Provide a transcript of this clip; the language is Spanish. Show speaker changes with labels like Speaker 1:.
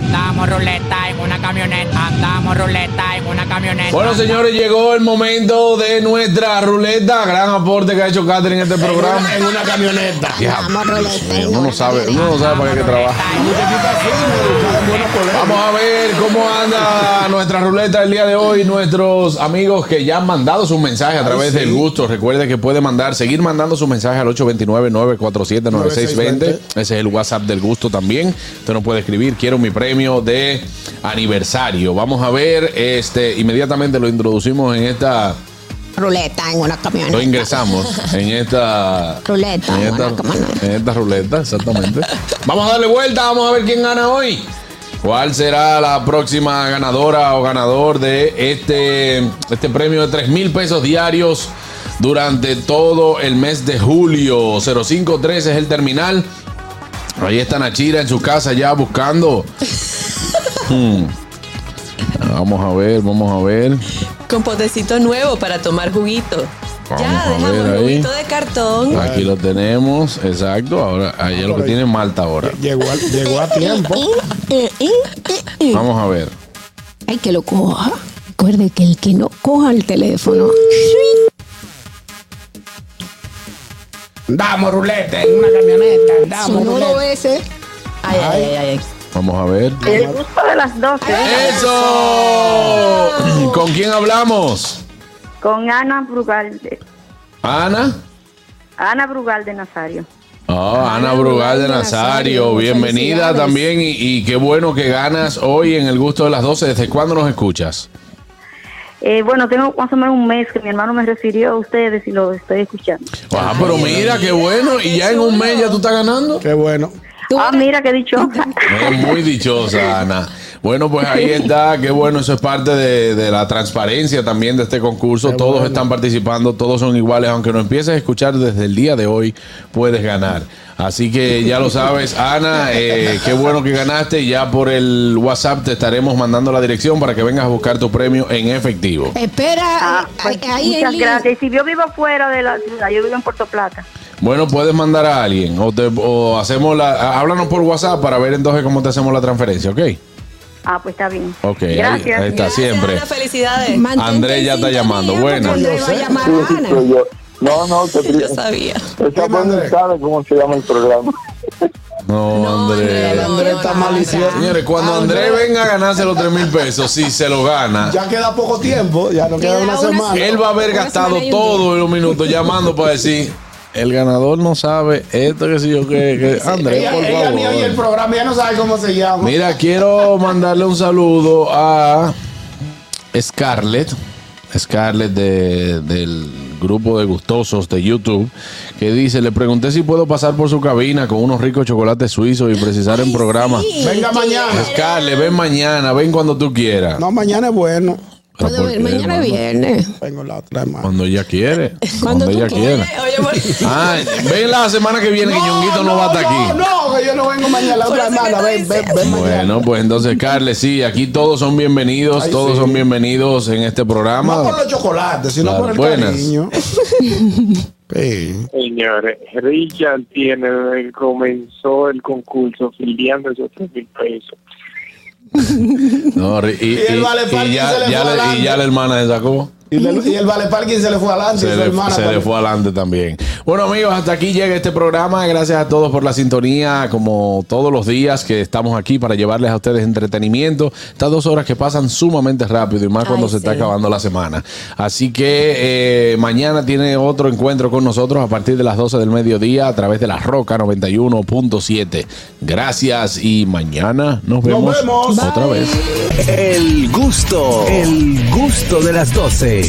Speaker 1: Andamos ruleta en una camioneta, andamos ruleta en una camioneta.
Speaker 2: Bueno, señores, llegó el momento de nuestra ruleta. Gran aporte que ha hecho Catherine en este programa.
Speaker 3: En una camioneta.
Speaker 2: Ya,
Speaker 4: Vamos,
Speaker 2: Dios
Speaker 4: ruleta,
Speaker 2: mío,
Speaker 4: no,
Speaker 2: Uno no sabe, uno no sabe para qué trabaja. Vamos a ver cómo anda nuestra ruleta el día de hoy. Nuestros amigos que ya han mandado sus mensajes a través del gusto. Recuerde que puede mandar, seguir mandando sus mensajes al 829-947-9620. Ese es el WhatsApp del gusto también. Usted nos puede escribir. Quiero mi premio de aniversario. Vamos a ver, este, inmediatamente lo introducimos en esta.
Speaker 4: Ruleta en una camioneta.
Speaker 2: Lo ingresamos en esta.
Speaker 4: Ruleta,
Speaker 2: En
Speaker 4: bueno, cómo no.
Speaker 2: esta, en esta ruleta, exactamente. Vamos a darle vuelta, vamos a ver quién gana hoy. ¿Cuál será la próxima ganadora o ganador de este, este premio de 3 mil pesos diarios durante todo el mes de julio? 053 es el terminal. Ahí está Nachira en su casa ya buscando. Hmm. Vamos a ver, vamos a ver.
Speaker 5: Con potecito nuevo para tomar juguito.
Speaker 2: Vamos
Speaker 5: ya,
Speaker 2: a
Speaker 5: dejamos
Speaker 2: ver
Speaker 5: el
Speaker 2: ahí.
Speaker 5: juguito de cartón.
Speaker 2: Aquí lo tenemos, exacto. Ahora, ahí es lo que
Speaker 3: ahí.
Speaker 2: tiene Malta ahora.
Speaker 3: Llegó a, llegó a tiempo.
Speaker 4: Eh, eh, eh, eh.
Speaker 2: Vamos a ver.
Speaker 4: Ay, que lo coja. Recuerde que el que no coja el teléfono.
Speaker 3: Damos ruleta en una camioneta.
Speaker 4: Si
Speaker 3: Damos
Speaker 4: no lo
Speaker 3: ruleta.
Speaker 4: ves, eh,
Speaker 5: Ay, ay, ay, ay.
Speaker 2: Vamos a ver.
Speaker 6: El gusto de las ¿eh? 12
Speaker 2: ¡Eso! ¿Con quién hablamos?
Speaker 6: con Ana Brugal de,
Speaker 2: ¿Ana?
Speaker 6: Ana Brugal de Nazario.
Speaker 2: Ah, Ana Brugal de Nazario, bienvenida también y, y qué bueno que ganas hoy en el gusto de las 12. ¿Desde cuándo nos escuchas?
Speaker 6: Eh, bueno, tengo más o menos un mes que mi hermano me refirió a ustedes y lo estoy escuchando.
Speaker 2: Ah, pero mira, qué bueno. Y ya en un mes ya tú estás ganando.
Speaker 3: Qué bueno.
Speaker 4: tú
Speaker 6: Ah,
Speaker 4: eres-
Speaker 6: mira qué dicho.
Speaker 2: Es muy dichosa, Ana. Bueno, pues ahí está, qué bueno, eso es parte de, de la transparencia también de este concurso. todos están participando, todos son iguales, aunque no empieces a escuchar desde el día de hoy, puedes ganar. Así que ya lo sabes, Ana, eh, qué bueno que ganaste. Ya por el WhatsApp te estaremos mandando la dirección para que vengas a buscar tu premio en efectivo.
Speaker 4: Espera, eh,
Speaker 6: Ah,
Speaker 4: ahí-
Speaker 6: pues,
Speaker 4: ahí en
Speaker 6: muchas
Speaker 4: línea.
Speaker 6: gracias. Y si yo vivo fuera de la ciudad, yo vivo en Puerto Plata.
Speaker 2: Bueno, puedes mandar a alguien o, te- o hacemos la... a- Háblanos por WhatsApp para ver entonces cómo te hacemos la transferencia, ¿ok?
Speaker 6: Ah, pues está bien.
Speaker 2: Ok, ahí-
Speaker 6: Gracias.
Speaker 2: ahí está
Speaker 5: Gracias,
Speaker 2: siempre.
Speaker 5: Ana, felicidades.
Speaker 4: Mantente
Speaker 2: Andrés ya está
Speaker 4: en sintonía
Speaker 2: llamando.
Speaker 4: porque
Speaker 2: Buenas.
Speaker 4: Andrés va a llamar
Speaker 7: Sí,
Speaker 4: a
Speaker 7: sí,
Speaker 4: Ana.
Speaker 7: soy yo. No, no, que
Speaker 5: Yo sabía.
Speaker 7: esa buena sabe cómo se llama el programa.
Speaker 2: No,
Speaker 5: No,
Speaker 2: Andrés.
Speaker 5: Andrés, no,
Speaker 3: Andrés
Speaker 5: no,
Speaker 3: está
Speaker 5: no,
Speaker 3: malicioso.
Speaker 2: Señores,
Speaker 3: Ah,
Speaker 2: cuando Andrés venga a ganarse los 3 mil pesos, si se lo gana,
Speaker 3: Ya queda poco tiempo. Ya no queda
Speaker 4: Queda
Speaker 3: una
Speaker 4: una
Speaker 3: semana.
Speaker 2: él va a haber
Speaker 4: Una
Speaker 2: gastado
Speaker 4: semana y un
Speaker 2: todos los minutos llamando para decir: el ganador no sabe esto que si yo que. que- Andrés,
Speaker 3: Ella,
Speaker 2: por
Speaker 3: ella ni oye el
Speaker 2: favor.
Speaker 3: programa, ella no sabe cómo se llama.
Speaker 2: Mira, quiero mandarle un saludo a Scarlett. Scarlett de- del grupo de gustosos de YouTube que dice le pregunté si puedo pasar por su cabina con unos ricos chocolates suizos y precisar en programa
Speaker 3: Venga mañana.
Speaker 2: Scarlett ven mañana ven cuando tú quieras
Speaker 3: No, mañana es bueno.
Speaker 2: Pero
Speaker 4: Puedo
Speaker 2: ¿por
Speaker 4: ver,
Speaker 2: qué,
Speaker 4: mañana
Speaker 2: hermano?
Speaker 4: viene.
Speaker 3: Vengo la otra semana.
Speaker 2: Cuando ella quiere. Cuando,
Speaker 4: Cuando tú
Speaker 2: ella quiere.
Speaker 5: Oye, oye, por-
Speaker 2: Ah, ven la semana que viene que Ñonguito no, va a estar aquí.
Speaker 3: No, no, que yo no vengo mañana la
Speaker 5: Por
Speaker 3: otra
Speaker 5: eso que
Speaker 3: semana.
Speaker 5: tú
Speaker 3: Ven, ven,
Speaker 5: dices.
Speaker 3: ven mañana.
Speaker 2: Bueno, pues entonces, Carles, sí, aquí todos son bienvenidos,
Speaker 3: Ay,
Speaker 2: todos
Speaker 3: sí.
Speaker 2: son bienvenidos en este
Speaker 3: No por
Speaker 2: programa.
Speaker 3: los chocolates, sino
Speaker 2: Claro,
Speaker 3: por el
Speaker 2: buenas.
Speaker 3: cariño. Sí.
Speaker 7: Señores, Richard tiene, eh, comenzó el concurso filiando esos tres mil pesos.
Speaker 2: No, ri- y,
Speaker 3: Y el
Speaker 2: y-
Speaker 3: vale
Speaker 2: y
Speaker 3: parking se
Speaker 2: ya,
Speaker 3: le
Speaker 2: ya
Speaker 3: fue
Speaker 2: le- y
Speaker 3: adelante.
Speaker 2: ya la hermana se sacó.
Speaker 3: Y, le- y el Vale Parking se le fue adelante. y
Speaker 2: Se
Speaker 3: su
Speaker 2: le,
Speaker 3: hermana
Speaker 2: se le
Speaker 3: también.
Speaker 2: fue adelante también. Bueno, amigos, hasta aquí llega este programa. Gracias a todos por la sintonía, como todos los días que estamos aquí para llevarles a ustedes entretenimiento. Estas dos horas que pasan sumamente rápido y más cuando
Speaker 5: Ay,
Speaker 2: se está
Speaker 5: sí.
Speaker 2: acabando la semana. Así que eh, mañana tiene otro encuentro con nosotros a partir de las 12 del mediodía a través de la Roca 91.7. Gracias y mañana nos vemos,
Speaker 3: vemos.
Speaker 2: otra vez.
Speaker 8: El gusto, el gusto de las 12.